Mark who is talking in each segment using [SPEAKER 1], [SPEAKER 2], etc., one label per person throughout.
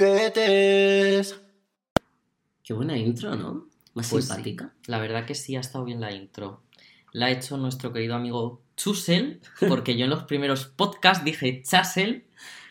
[SPEAKER 1] croquetes.
[SPEAKER 2] Qué buena intro, ¿no? Más
[SPEAKER 1] Pues sí.
[SPEAKER 2] simpática. La verdad que sí ha estado bien la intro. La ha hecho nuestro querido amigo Chusel, porque yo en los primeros podcasts dije Chasel,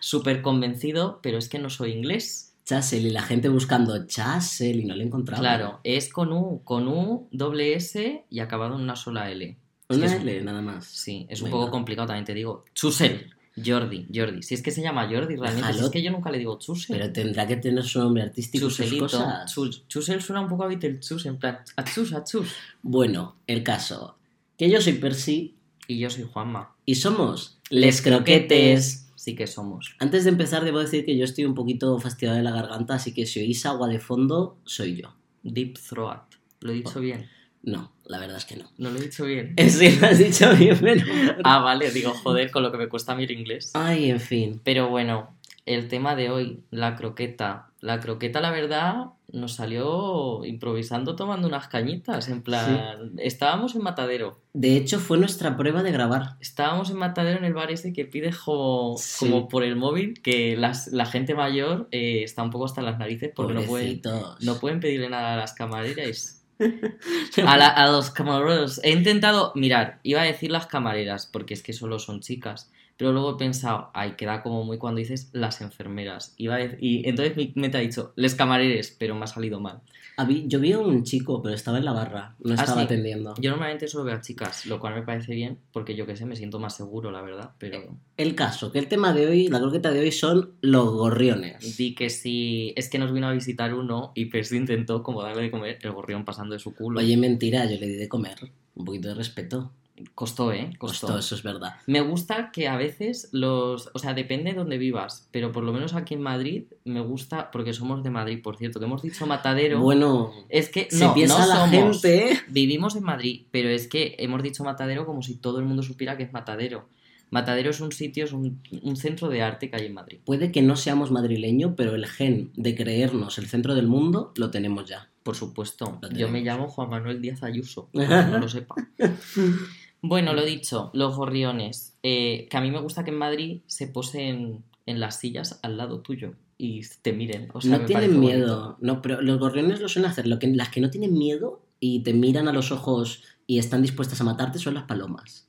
[SPEAKER 2] súper convencido, pero es que no soy inglés.
[SPEAKER 3] Chassel y la gente buscando Chassel y no lo encontraba.
[SPEAKER 2] Claro, es con U, con U, doble S y acabado en una sola L.
[SPEAKER 3] Una
[SPEAKER 2] Es-
[SPEAKER 3] L nada más.
[SPEAKER 2] Sí, es un
[SPEAKER 3] Venga.
[SPEAKER 2] poco complicado también, te digo. Chusel, Jordi, Jordi. Si es que se llama Jordi, realmente si
[SPEAKER 3] Déjalo.
[SPEAKER 2] es que yo nunca le digo Chusel.
[SPEAKER 3] Pero tendrá que tener su nombre artístico y sus
[SPEAKER 2] Chuselito,
[SPEAKER 3] cosas.
[SPEAKER 2] Chus- Chusel suena un poco a Beetlejuice, en plan, a Chus, a Chus.
[SPEAKER 3] Bueno, el caso. Que yo soy Percy
[SPEAKER 2] Y yo soy Juanma.
[SPEAKER 3] y somos Les Croquetes.
[SPEAKER 2] Sí que somos.
[SPEAKER 3] Antes de empezar, debo decir que yo estoy un poquito fastidiado de la garganta, así que si oís agua de fondo, soy yo.
[SPEAKER 2] Deep Throat. Lo he dicho bien.
[SPEAKER 3] No, la verdad es que no.
[SPEAKER 2] No lo he dicho bien.
[SPEAKER 3] Sí, lo has dicho bien, pero...
[SPEAKER 2] Ah, vale, digo, joder, con lo que me cuesta mi inglés.
[SPEAKER 3] Ay, en fin.
[SPEAKER 2] Pero bueno, el tema de hoy, la croqueta. La croqueta, la verdad, nos salió improvisando tomando unas cañitas. En plan, estábamos en Matadero.
[SPEAKER 3] De hecho, fue nuestra prueba de grabar.
[SPEAKER 2] Estábamos en Matadero en el bar ese que pide como,
[SPEAKER 3] Sí.
[SPEAKER 2] como por el móvil, que las- la gente mayor eh, está un poco hasta las narices porque no pueden,
[SPEAKER 3] Pobrecitos.
[SPEAKER 2] no pueden pedirle nada a las camareras. A, la- a los camareros. He intentado, mirar, iba a decir las camareras porque es que solo son chicas, pero luego he pensado, ay, queda como muy cuando dices las enfermeras. Iba a dec- y entonces mi mente ha dicho, les camareres, pero me ha salido mal.
[SPEAKER 3] Habí- Yo vi a un chico, pero estaba en la barra. No
[SPEAKER 2] Ah,
[SPEAKER 3] estaba
[SPEAKER 2] sí.
[SPEAKER 3] atendiendo.
[SPEAKER 2] Yo normalmente solo veo a chicas, lo cual me parece bien porque yo que sé, me siento más seguro, la verdad, pero...
[SPEAKER 3] El caso, que el tema de hoy, la croqueta de hoy son los gorriones.
[SPEAKER 2] Di que sí, es que nos vino a visitar uno y Percy intentó como darle de comer el gorrión pasando de su culo.
[SPEAKER 3] Oye, mentira, yo le di de comer. Un poquito de respeto.
[SPEAKER 2] costó, ¿eh? Costó.
[SPEAKER 3] Costó, eso es verdad.
[SPEAKER 2] Me gusta que a veces los, o sea, depende de dónde vivas, pero por lo menos aquí en Madrid me gusta porque somos de Madrid, por cierto, que hemos dicho matadero.
[SPEAKER 3] Bueno,
[SPEAKER 2] es que
[SPEAKER 3] se
[SPEAKER 2] no,
[SPEAKER 3] piensa
[SPEAKER 2] no
[SPEAKER 3] la
[SPEAKER 2] somos.
[SPEAKER 3] gente.
[SPEAKER 2] Vivimos en Madrid, pero es que hemos dicho matadero como si todo el mundo supiera que es matadero. Matadero es un sitio, es un, un centro de arte que hay en Madrid.
[SPEAKER 3] Puede que no seamos madrileño, pero el gen de creernos el centro del mundo lo tenemos ya.
[SPEAKER 2] Por supuesto.
[SPEAKER 3] Lo
[SPEAKER 2] Yo me
[SPEAKER 3] tenemos.
[SPEAKER 2] llamo Juan Manuel Díaz Ayuso, para que no lo sepa. Bueno, lo dicho, los gorriones. Eh, que a mí me gusta que en Madrid se posen en las sillas al lado tuyo y te miren. O sea,
[SPEAKER 3] no
[SPEAKER 2] me
[SPEAKER 3] tienen
[SPEAKER 2] parece
[SPEAKER 3] miedo.
[SPEAKER 2] bonito.
[SPEAKER 3] No, pero los gorriones lo suelen hacer. Lo que, las que no tienen miedo y te miran a los ojos y están dispuestas a matarte son las palomas.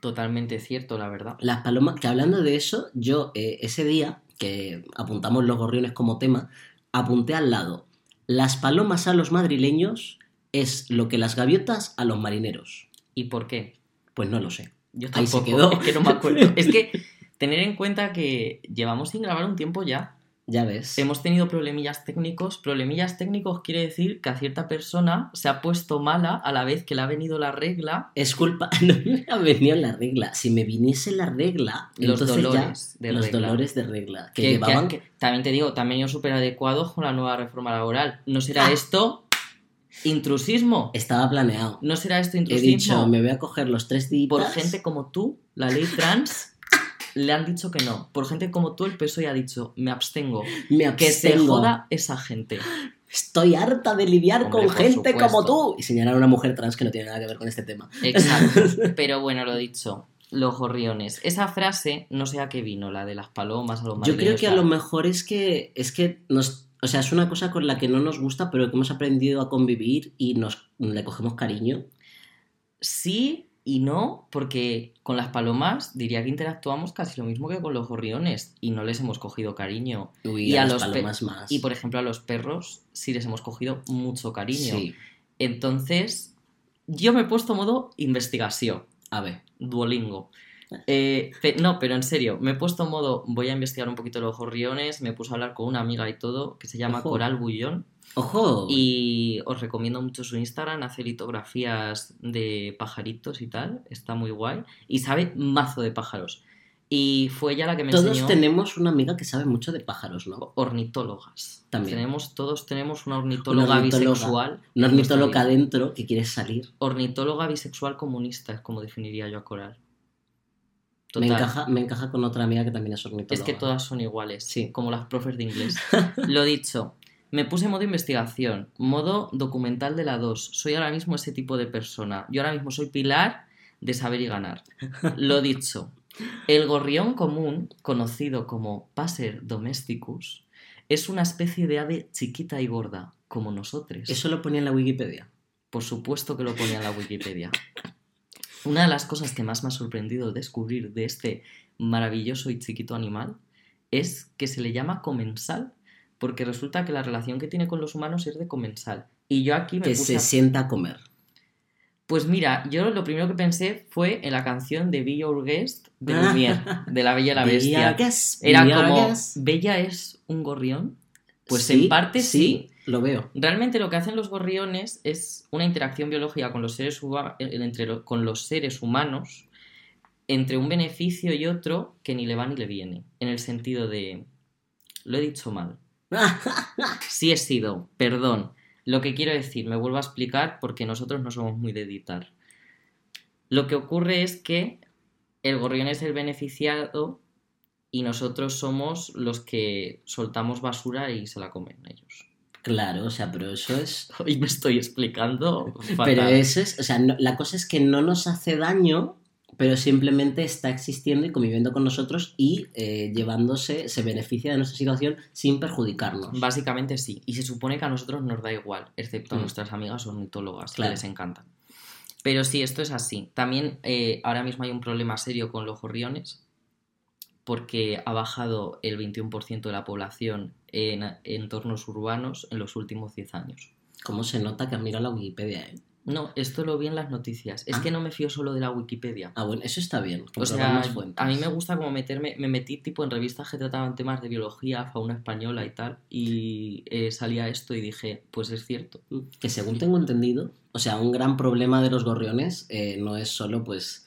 [SPEAKER 2] Totalmente cierto, la verdad.
[SPEAKER 3] Las palomas, que hablando de eso, yo eh, ese día que apuntamos los gorriones como tema, apunté al lado. Las palomas a los madrileños es lo que las gaviotas a los marineros.
[SPEAKER 2] ¿Y por qué?
[SPEAKER 3] Pues no lo sé.
[SPEAKER 2] Yo
[SPEAKER 3] Ahí se
[SPEAKER 2] tampoco,
[SPEAKER 3] quedó.
[SPEAKER 2] es que no me acuerdo. Es que tener en cuenta que llevamos sin grabar un tiempo ya.
[SPEAKER 3] Ya ves.
[SPEAKER 2] Hemos tenido problemillas técnicos. Problemillas técnicos quiere decir que a cierta persona se ha puesto mala a la vez que le ha venido la regla
[SPEAKER 3] Es culpa. No me ha venido la regla. Si me viniese la regla,
[SPEAKER 2] Los
[SPEAKER 3] entonces
[SPEAKER 2] dolores
[SPEAKER 3] ya.
[SPEAKER 2] de
[SPEAKER 3] los
[SPEAKER 2] regla.
[SPEAKER 3] dolores de regla. Que,
[SPEAKER 2] Que- que-
[SPEAKER 3] llevaban.
[SPEAKER 2] que- también te digo, también yo súper adecuado con la nueva reforma laboral. ¿No será
[SPEAKER 3] Ah.
[SPEAKER 2] esto intrusismo?
[SPEAKER 3] Estaba planeado.
[SPEAKER 2] ¿No será esto
[SPEAKER 3] He
[SPEAKER 2] intrusismo?
[SPEAKER 3] dicho, me voy a coger los tres días.
[SPEAKER 2] Por gente como tú, la ley trans, le han dicho que no. Por gente como tú, el PSOE E ha dicho, me abstengo.
[SPEAKER 3] Me
[SPEAKER 2] Que se
[SPEAKER 3] abstengo.
[SPEAKER 2] joda esa gente.
[SPEAKER 3] Estoy harta de lidiar
[SPEAKER 2] Hombre,
[SPEAKER 3] con
[SPEAKER 2] por
[SPEAKER 3] gente
[SPEAKER 2] supuesto.
[SPEAKER 3] como tú. Y señalar a una mujer trans que no tiene nada que ver con este tema.
[SPEAKER 2] Exacto. Pero bueno, lo dicho. Los gorriones. Esa frase, no sé a qué vino, la de las palomas, a los
[SPEAKER 3] Yo creo
[SPEAKER 2] marineros,
[SPEAKER 3] que a
[SPEAKER 2] tal.
[SPEAKER 3] lo mejor es que es que nos, o sea, es una cosa con la que no nos gusta, pero que hemos aprendido a convivir y nos le cogemos cariño.
[SPEAKER 2] Sí y no, porque con las palomas diría que interactuamos casi lo mismo que con los gorriones y no les hemos cogido cariño.
[SPEAKER 3] Uy,
[SPEAKER 2] Y
[SPEAKER 3] a,
[SPEAKER 2] a
[SPEAKER 3] las
[SPEAKER 2] los pe-
[SPEAKER 3] palomas más.
[SPEAKER 2] Y por ejemplo a los perros sí les hemos cogido mucho cariño.
[SPEAKER 3] Sí,
[SPEAKER 2] Entonces, yo me he puesto modo investigación,
[SPEAKER 3] a ver.
[SPEAKER 2] Duolingo. Eh, pe- no, pero en serio, me he puesto modo voy a investigar un poquito los gorriones, me puse a hablar con una amiga y todo, que se llama
[SPEAKER 3] Ojo.
[SPEAKER 2] Coral Bullón,
[SPEAKER 3] Ojo.
[SPEAKER 2] y os recomiendo mucho su Instagram, hace litografías de pajaritos y tal, está muy guay. Y sabe mazo de pájaros. Y fue ella la que me
[SPEAKER 3] Todos
[SPEAKER 2] enseñó
[SPEAKER 3] tenemos una amiga que sabe mucho de pájaros, ¿no?
[SPEAKER 2] ornitólogas.
[SPEAKER 3] También.
[SPEAKER 2] Tenemos, todos tenemos una ornitóloga,
[SPEAKER 3] ornitóloga.
[SPEAKER 2] bisexual.
[SPEAKER 3] Un
[SPEAKER 2] en nuestra
[SPEAKER 3] ornitólogo
[SPEAKER 2] vida.
[SPEAKER 3] adentro que quiere salir.
[SPEAKER 2] Ornitóloga bisexual comunista es como definiría yo a Coral.
[SPEAKER 3] Me
[SPEAKER 2] Total.
[SPEAKER 3] encaja, me encaja con otra amiga que también es ornitóloga.
[SPEAKER 2] Es que todas son iguales,
[SPEAKER 3] Sí.
[SPEAKER 2] como las profes de inglés. Lo dicho, me puse modo investigación, modo documental de la 2. Soy ahora mismo ese tipo de persona. Yo ahora mismo soy pilar de saber y ganar. Lo dicho, el gorrión común, conocido como Passer domesticus, Es una especie de ave chiquita y gorda, como nosotros.
[SPEAKER 3] Eso lo ponía en la Wikipedia.
[SPEAKER 2] Por supuesto que lo ponía en la Wikipedia. Una de las cosas que más me ha sorprendido descubrir de este maravilloso y chiquito animal es que se le llama comensal, porque resulta que la relación que tiene con los humanos es de comensal. Y yo aquí me
[SPEAKER 3] Que
[SPEAKER 2] puse
[SPEAKER 3] se
[SPEAKER 2] a-
[SPEAKER 3] sienta a comer.
[SPEAKER 2] Pues mira, yo lo primero que pensé fue en la canción de Be Your Guest de Lumière, de La Bella y la
[SPEAKER 3] Be
[SPEAKER 2] Bestia.
[SPEAKER 3] our guest, be
[SPEAKER 2] Era
[SPEAKER 3] our
[SPEAKER 2] como,
[SPEAKER 3] guest.
[SPEAKER 2] ¿Bella es un gorrión? Pues
[SPEAKER 3] Sí,
[SPEAKER 2] en parte sí,
[SPEAKER 3] Lo veo.
[SPEAKER 2] Realmente lo que hacen los gorriones es una interacción biológica con los seres, huba- eh, entre lo- con los seres humanos entre un beneficio y otro que ni le va ni le viene. En el sentido de... Lo he dicho mal. Sí he sido, perdón. Lo que quiero decir, me vuelvo a explicar porque nosotros no somos muy de editar. Lo que ocurre es que el gorrión es el beneficiado y nosotros somos los que soltamos basura y se la comen ellos.
[SPEAKER 3] claro, o sea, pero eso es.
[SPEAKER 2] Hoy me estoy explicando. fatal.
[SPEAKER 3] Pero eso es. O sea, no- la cosa es que no nos hace daño, pero simplemente está existiendo y conviviendo con nosotros y eh, llevándose, se beneficia de nuestra situación sin perjudicarnos.
[SPEAKER 2] Básicamente sí. Y se supone que a nosotros nos da igual, excepto a
[SPEAKER 3] Mm.
[SPEAKER 2] nuestras amigas ornitólogas,
[SPEAKER 3] Claro.
[SPEAKER 2] que les encanta. Pero sí, esto es así. También eh, ahora mismo hay un problema serio con los gorriones, porque ha bajado el 21% de la población en entornos urbanos en los últimos 10 años.
[SPEAKER 3] ¿Cómo se nota que has mirado la Wikipedia? eh?
[SPEAKER 2] No, esto lo vi en las noticias. Es
[SPEAKER 3] Ah.
[SPEAKER 2] que no me fío solo de la Wikipedia.
[SPEAKER 3] Ah, bueno, eso está bien.
[SPEAKER 2] O
[SPEAKER 3] comprobar
[SPEAKER 2] sea,
[SPEAKER 3] las fuentes.
[SPEAKER 2] a mí me gusta como meterme, me metí tipo en revistas que trataban temas de biología, fauna española y tal, y eh, salía esto y dije, pues es cierto.
[SPEAKER 3] que según tengo entendido, o sea, un gran problema de los gorriones eh, no es solo pues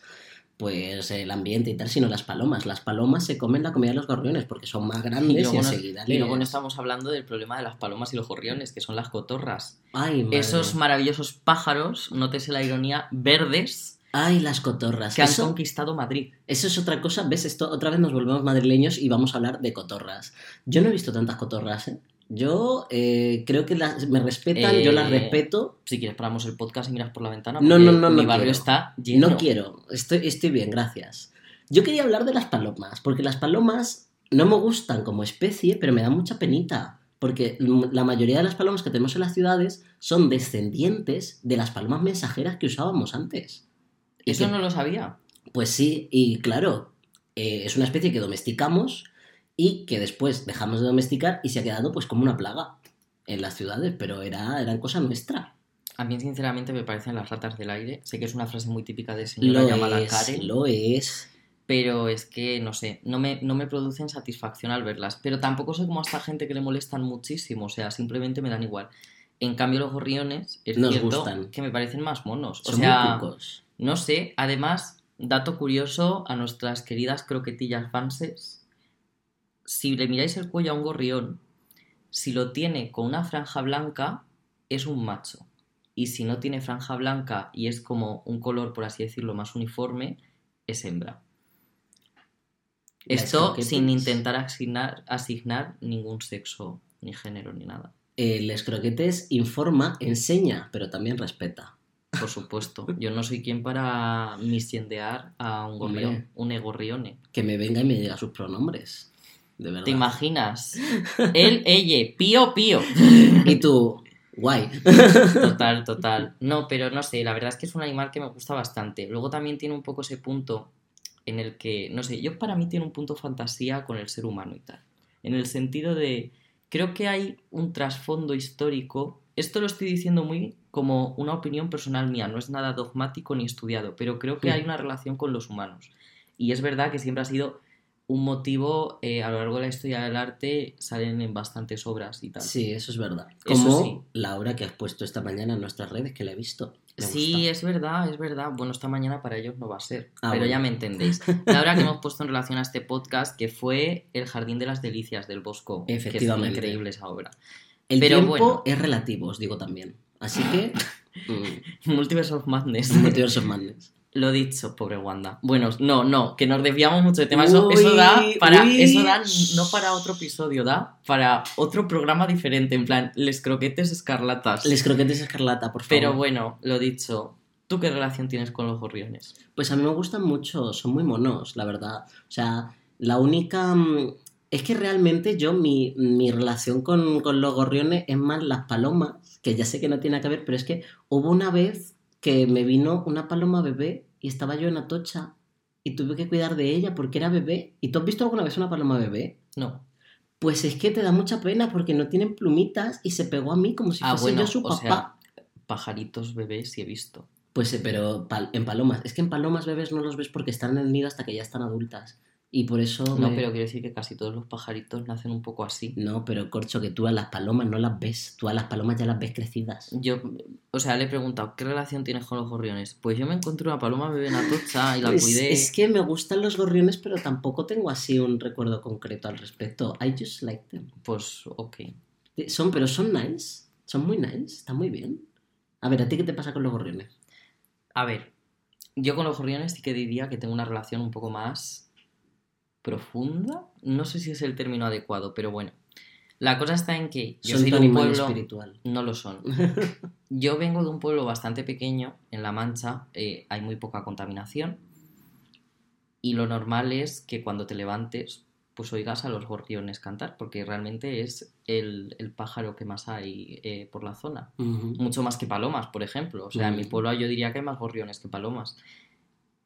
[SPEAKER 3] pues el ambiente y tal, sino las palomas. Las palomas se comen la comida de los gorriones porque son más grandes y,
[SPEAKER 2] luego, no,
[SPEAKER 3] enseguida
[SPEAKER 2] y luego no
[SPEAKER 3] les-
[SPEAKER 2] estamos hablando del problema de las palomas y los gorriones, que son las cotorras.
[SPEAKER 3] Ay, madre.
[SPEAKER 2] Esos maravillosos pájaros, nótese la ironía, verdes,
[SPEAKER 3] Ay, las cotorras.
[SPEAKER 2] que han
[SPEAKER 3] Eso,
[SPEAKER 2] conquistado Madrid.
[SPEAKER 3] eso es otra cosa. ¿Ves esto? Otra vez nos volvemos madrileños y vamos a hablar de cotorras. Yo no he visto tantas cotorras, ¿eh? Yo eh, creo que las, me respetan, yo las
[SPEAKER 2] Eh,
[SPEAKER 3] respeto.
[SPEAKER 2] Si quieres paramos el podcast y miras por la ventana,
[SPEAKER 3] No,
[SPEAKER 2] porque
[SPEAKER 3] no, no,
[SPEAKER 2] mi
[SPEAKER 3] no
[SPEAKER 2] barrio
[SPEAKER 3] quiero.
[SPEAKER 2] está lleno.
[SPEAKER 3] No quiero, estoy, estoy bien, gracias. Yo quería hablar de las palomas, porque las palomas no me gustan como especie, pero me dan mucha penita, porque m- la mayoría de las palomas que tenemos en las ciudades son descendientes de las palomas mensajeras que usábamos antes. Y
[SPEAKER 2] Eso
[SPEAKER 3] que-
[SPEAKER 2] no lo sabía.
[SPEAKER 3] Pues sí, y claro, eh, es una especie que domesticamos y que después dejamos de domesticar y se ha quedado pues como una plaga en las ciudades, pero era, eran cosa nuestra.
[SPEAKER 2] A mí, sinceramente, me parecen las ratas del aire. Sé que es una frase muy típica de señora llamada
[SPEAKER 3] es,
[SPEAKER 2] Karen.
[SPEAKER 3] lo es.
[SPEAKER 2] pero es que no sé, no me, no me producen satisfacción al verlas. Pero tampoco soy como a esta gente que le molestan muchísimo, o sea, simplemente me dan igual. En cambio, los gorriones, es
[SPEAKER 3] Nos
[SPEAKER 2] cierto
[SPEAKER 3] gustan.
[SPEAKER 2] que me parecen más monos. O
[SPEAKER 3] Son muy
[SPEAKER 2] sea,
[SPEAKER 3] cucos.
[SPEAKER 2] no sé, además, dato curioso a nuestras queridas croquetillas fanses, si le miráis el cuello a un gorrión, si lo tiene con una franja blanca, es un macho. Y si no tiene franja blanca y es como un color, por así decirlo, más uniforme, es hembra.
[SPEAKER 3] Las
[SPEAKER 2] Esto
[SPEAKER 3] croquetas.
[SPEAKER 2] sin intentar asignar, asignar ningún sexo, ni género, ni nada.
[SPEAKER 3] Eh, les croquetes informa, enseña, pero también respeta.
[SPEAKER 2] Por supuesto. Yo no soy quien para misiendear a un
[SPEAKER 3] Hombre.
[SPEAKER 2] gorrión, un egorrione.
[SPEAKER 3] Que me venga y me diga sus pronombres. De verdad.
[SPEAKER 2] ¿Te imaginas? Él, ella, pío, pío.
[SPEAKER 3] y tú, guay.
[SPEAKER 2] Total, total. No, pero no sé, la verdad es que es un animal que me gusta bastante. Luego también tiene un poco ese punto en el que, no sé, yo para mí tiene un punto fantasía con el ser humano y tal. En el sentido de, creo que hay un trasfondo histórico. Esto lo estoy diciendo muy como una opinión personal mía, no es nada dogmático ni estudiado, pero creo que
[SPEAKER 3] Hmm.
[SPEAKER 2] hay una relación con los humanos. Y es verdad que siempre ha sido un motivo, eh, a lo largo de la historia del arte salen en bastantes obras y tal.
[SPEAKER 3] Sí, eso es verdad.
[SPEAKER 2] Eso
[SPEAKER 3] Como
[SPEAKER 2] sí.
[SPEAKER 3] la hora que has puesto esta mañana en nuestras redes, que la he visto. Me
[SPEAKER 2] Sí,
[SPEAKER 3] gusta.
[SPEAKER 2] es verdad, es verdad. Bueno, esta mañana para ellos no va a ser,
[SPEAKER 3] Ah,
[SPEAKER 2] pero
[SPEAKER 3] bueno.
[SPEAKER 2] ya me entendéis. La hora que hemos puesto en relación a este podcast, que fue El Jardín de las Delicias del Bosco, que es
[SPEAKER 3] Efectivamente.
[SPEAKER 2] increíble esa obra.
[SPEAKER 3] El
[SPEAKER 2] pero
[SPEAKER 3] tiempo
[SPEAKER 2] bueno.
[SPEAKER 3] es relativo, os digo también. Así que. mm,
[SPEAKER 2] Multiverse of Madness.
[SPEAKER 3] Multiverse of Madness.
[SPEAKER 2] Lo dicho, pobre Wanda. Bueno, no, no, que nos desviamos mucho de tema. Eso,
[SPEAKER 3] Uy,
[SPEAKER 2] eso da para,
[SPEAKER 3] uy.
[SPEAKER 2] eso da no para otro episodio, da para otro programa diferente, en plan, les croquetes escarlatas.
[SPEAKER 3] Les croquetes escarlata, por favor.
[SPEAKER 2] Pero bueno, lo dicho. ¿Tú qué relación tienes con los gorriones?
[SPEAKER 3] Pues a mí me gustan mucho, son muy monos, la verdad. O sea, la única mm, Es que realmente yo, mi, mi relación con, con los gorriones es más las palomas, que ya sé que no tiene que ver, pero es que hubo una vez que me vino una paloma bebé y estaba yo en Atocha y tuve que cuidar de ella porque era bebé. ¿Y tú has visto alguna vez una paloma bebé?
[SPEAKER 2] No.
[SPEAKER 3] Pues es que te da mucha pena porque no tienen plumitas y se pegó a mí como si
[SPEAKER 2] Ah,
[SPEAKER 3] fuese
[SPEAKER 2] bueno,
[SPEAKER 3] yo su
[SPEAKER 2] o
[SPEAKER 3] papá.
[SPEAKER 2] sea, pajaritos bebés sí he visto.
[SPEAKER 3] Pues, eh, pero pal- en palomas. Es que en palomas bebés no los ves porque están en el nido hasta que ya están adultas. Y por eso.
[SPEAKER 2] No,
[SPEAKER 3] me-
[SPEAKER 2] pero quiero decir que casi todos los pajaritos nacen un poco así.
[SPEAKER 3] No, pero corcho, que tú a las palomas no las ves. Tú a las palomas ya las ves crecidas.
[SPEAKER 2] Yo, o sea, le he preguntado, ¿qué relación tienes con los gorriones? Pues yo me encontré una paloma bebé en Atocha y la
[SPEAKER 3] Es,
[SPEAKER 2] cuidé.
[SPEAKER 3] es que me gustan los gorriones, pero tampoco tengo así un recuerdo concreto al respecto. I just like them.
[SPEAKER 2] Pues, ok.
[SPEAKER 3] Eh, Son, pero son nice. Son muy nice. Están muy bien. A ver, ¿a ti qué te pasa con los gorriones?
[SPEAKER 2] A ver, yo con los gorriones sí que diría que tengo una relación un poco más profunda. No sé si es el término adecuado, pero bueno. La cosa está en que yo
[SPEAKER 3] son
[SPEAKER 2] soy
[SPEAKER 3] tu
[SPEAKER 2] de un
[SPEAKER 3] animal
[SPEAKER 2] pueblo.
[SPEAKER 3] espiritual.
[SPEAKER 2] No lo son. Yo vengo de un pueblo bastante pequeño, en La Mancha, eh, hay muy poca contaminación y lo normal es que cuando te levantes pues oigas a los gorriones cantar, porque realmente es el, el pájaro que más hay eh, por la zona.
[SPEAKER 3] Ujú.
[SPEAKER 2] Mucho más que palomas, por ejemplo. O sea, en mi
[SPEAKER 3] Ujú.
[SPEAKER 2] pueblo yo diría que hay más gorriones que palomas.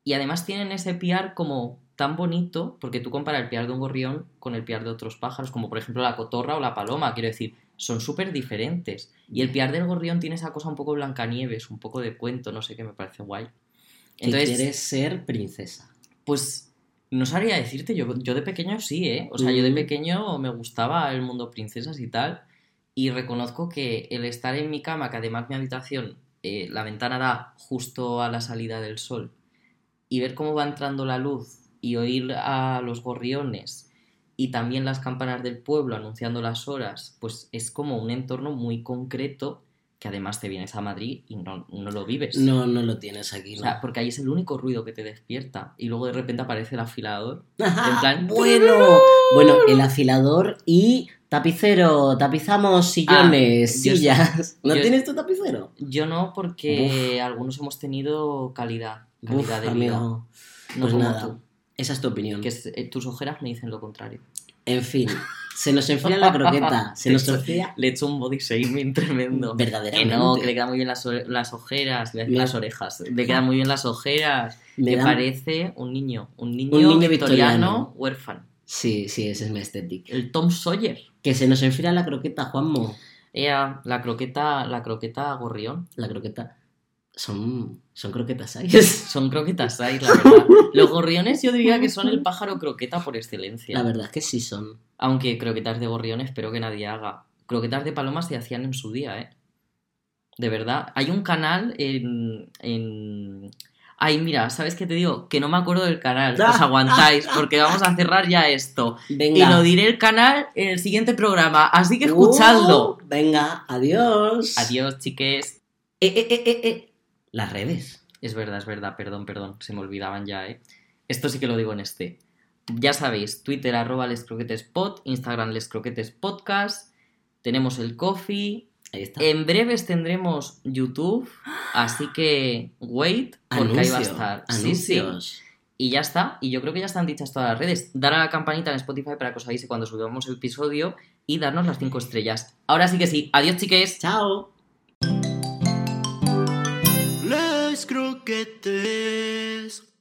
[SPEAKER 2] Y además tienen ese piar como tan bonito, porque tú comparas el piar de un gorrión con el piar de otros pájaros, como por ejemplo la cotorra o la paloma, quiero decir, son súper diferentes. Y el piar del gorrión tiene esa cosa un poco blancanieves, un poco de cuento, no sé qué me parece guay.
[SPEAKER 3] Que
[SPEAKER 2] Entonces,
[SPEAKER 3] quieres ser princesa.
[SPEAKER 2] pues no sabría decirte, yo, yo de pequeño sí, ¿eh? O sea, yo de
[SPEAKER 3] Mm.
[SPEAKER 2] pequeño me gustaba el mundo princesas y tal, y reconozco que el estar en mi cama, que además mi habitación, eh, la ventana da justo a la salida del sol, y ver cómo va entrando la luz y oír a los gorriones y también las campanas del pueblo anunciando las horas, pues es como un entorno muy concreto que además te vienes a Madrid y no, no lo vives.
[SPEAKER 3] No, no lo tienes aquí.
[SPEAKER 2] Pues O
[SPEAKER 3] No.
[SPEAKER 2] sea, porque ahí es el único ruido que te despierta. Y luego de repente aparece el afilador. En plan,
[SPEAKER 3] Ah, bueno, bueno, el afilador y tapicero, tapizamos sillones,
[SPEAKER 2] Ah, yo-
[SPEAKER 3] sillas. ¿No
[SPEAKER 2] yo-
[SPEAKER 3] tienes tu tapicero?
[SPEAKER 2] Yo no, porque algunos hemos tenido calidad. Calidad
[SPEAKER 3] Uf,
[SPEAKER 2] de vida.
[SPEAKER 3] amigo.
[SPEAKER 2] No
[SPEAKER 3] Pues
[SPEAKER 2] como
[SPEAKER 3] nada,
[SPEAKER 2] tú.
[SPEAKER 3] esa es tu opinión.
[SPEAKER 2] Que es- eh, tus ojeras me dicen lo contrario.
[SPEAKER 3] En fin, se nos enfría la croqueta, se nos enfría
[SPEAKER 2] Le he hecho un body shaming tremendo. Que
[SPEAKER 3] verdaderamente.
[SPEAKER 2] no, que le quedan muy bien las, ore- las ojeras, le-
[SPEAKER 3] Me-
[SPEAKER 2] las orejas.
[SPEAKER 3] Ah.
[SPEAKER 2] Le quedan muy bien las ojeras.
[SPEAKER 3] Me
[SPEAKER 2] que
[SPEAKER 3] da-
[SPEAKER 2] parece un niño. Un niño,
[SPEAKER 3] niño victoriano.
[SPEAKER 2] victoriano, huérfano.
[SPEAKER 3] Sí, sí, ese es mi estética.
[SPEAKER 2] El Tom Sawyer.
[SPEAKER 3] Que se nos enfría la croqueta, Juanmo.
[SPEAKER 2] Ea, la croqueta, la croqueta gorrión.
[SPEAKER 3] La croqueta. Son, son croquetas, ¿sabes?
[SPEAKER 2] Son croquetas hay, la verdad. Los gorriones yo diría que son el pájaro croqueta por excelencia.
[SPEAKER 3] La verdad es que sí son.
[SPEAKER 2] Aunque croquetas de gorrión espero que nadie haga. Croquetas de palomas se hacían en su día, ¿eh? De verdad. Hay un canal en... en... Ay, mira, ¿sabes qué te digo? Que no me acuerdo del canal. Os aguantáis porque vamos a cerrar ya esto.
[SPEAKER 3] Venga.
[SPEAKER 2] Y lo diré el canal en el siguiente programa. Así que escuchadlo.
[SPEAKER 3] Uh, venga, adiós.
[SPEAKER 2] Adiós, chiques.
[SPEAKER 3] Eh, eh, eh, eh, eh. Las redes.
[SPEAKER 2] Es verdad, es verdad, perdón, perdón, se me olvidaban ya, ¿eh? Esto sí que lo digo en este. Ya sabéis, Twitter arroba lescroquetespod, Instagram lescroquetespodcast, tenemos el coffee,
[SPEAKER 3] Ahí está.
[SPEAKER 2] en breves tendremos YouTube, así que wait, porque ahí va a
[SPEAKER 3] Anuncio,
[SPEAKER 2] estar. Sí, sí.
[SPEAKER 3] Anuncios.
[SPEAKER 2] Y ya está, y yo creo que ya están dichas todas las redes. Dar a la campanita en Spotify para que os avise cuando subamos el episodio y darnos las cinco estrellas. Ahora sí que sí, adiós chiques.
[SPEAKER 3] Chao.
[SPEAKER 1] Les croquettes.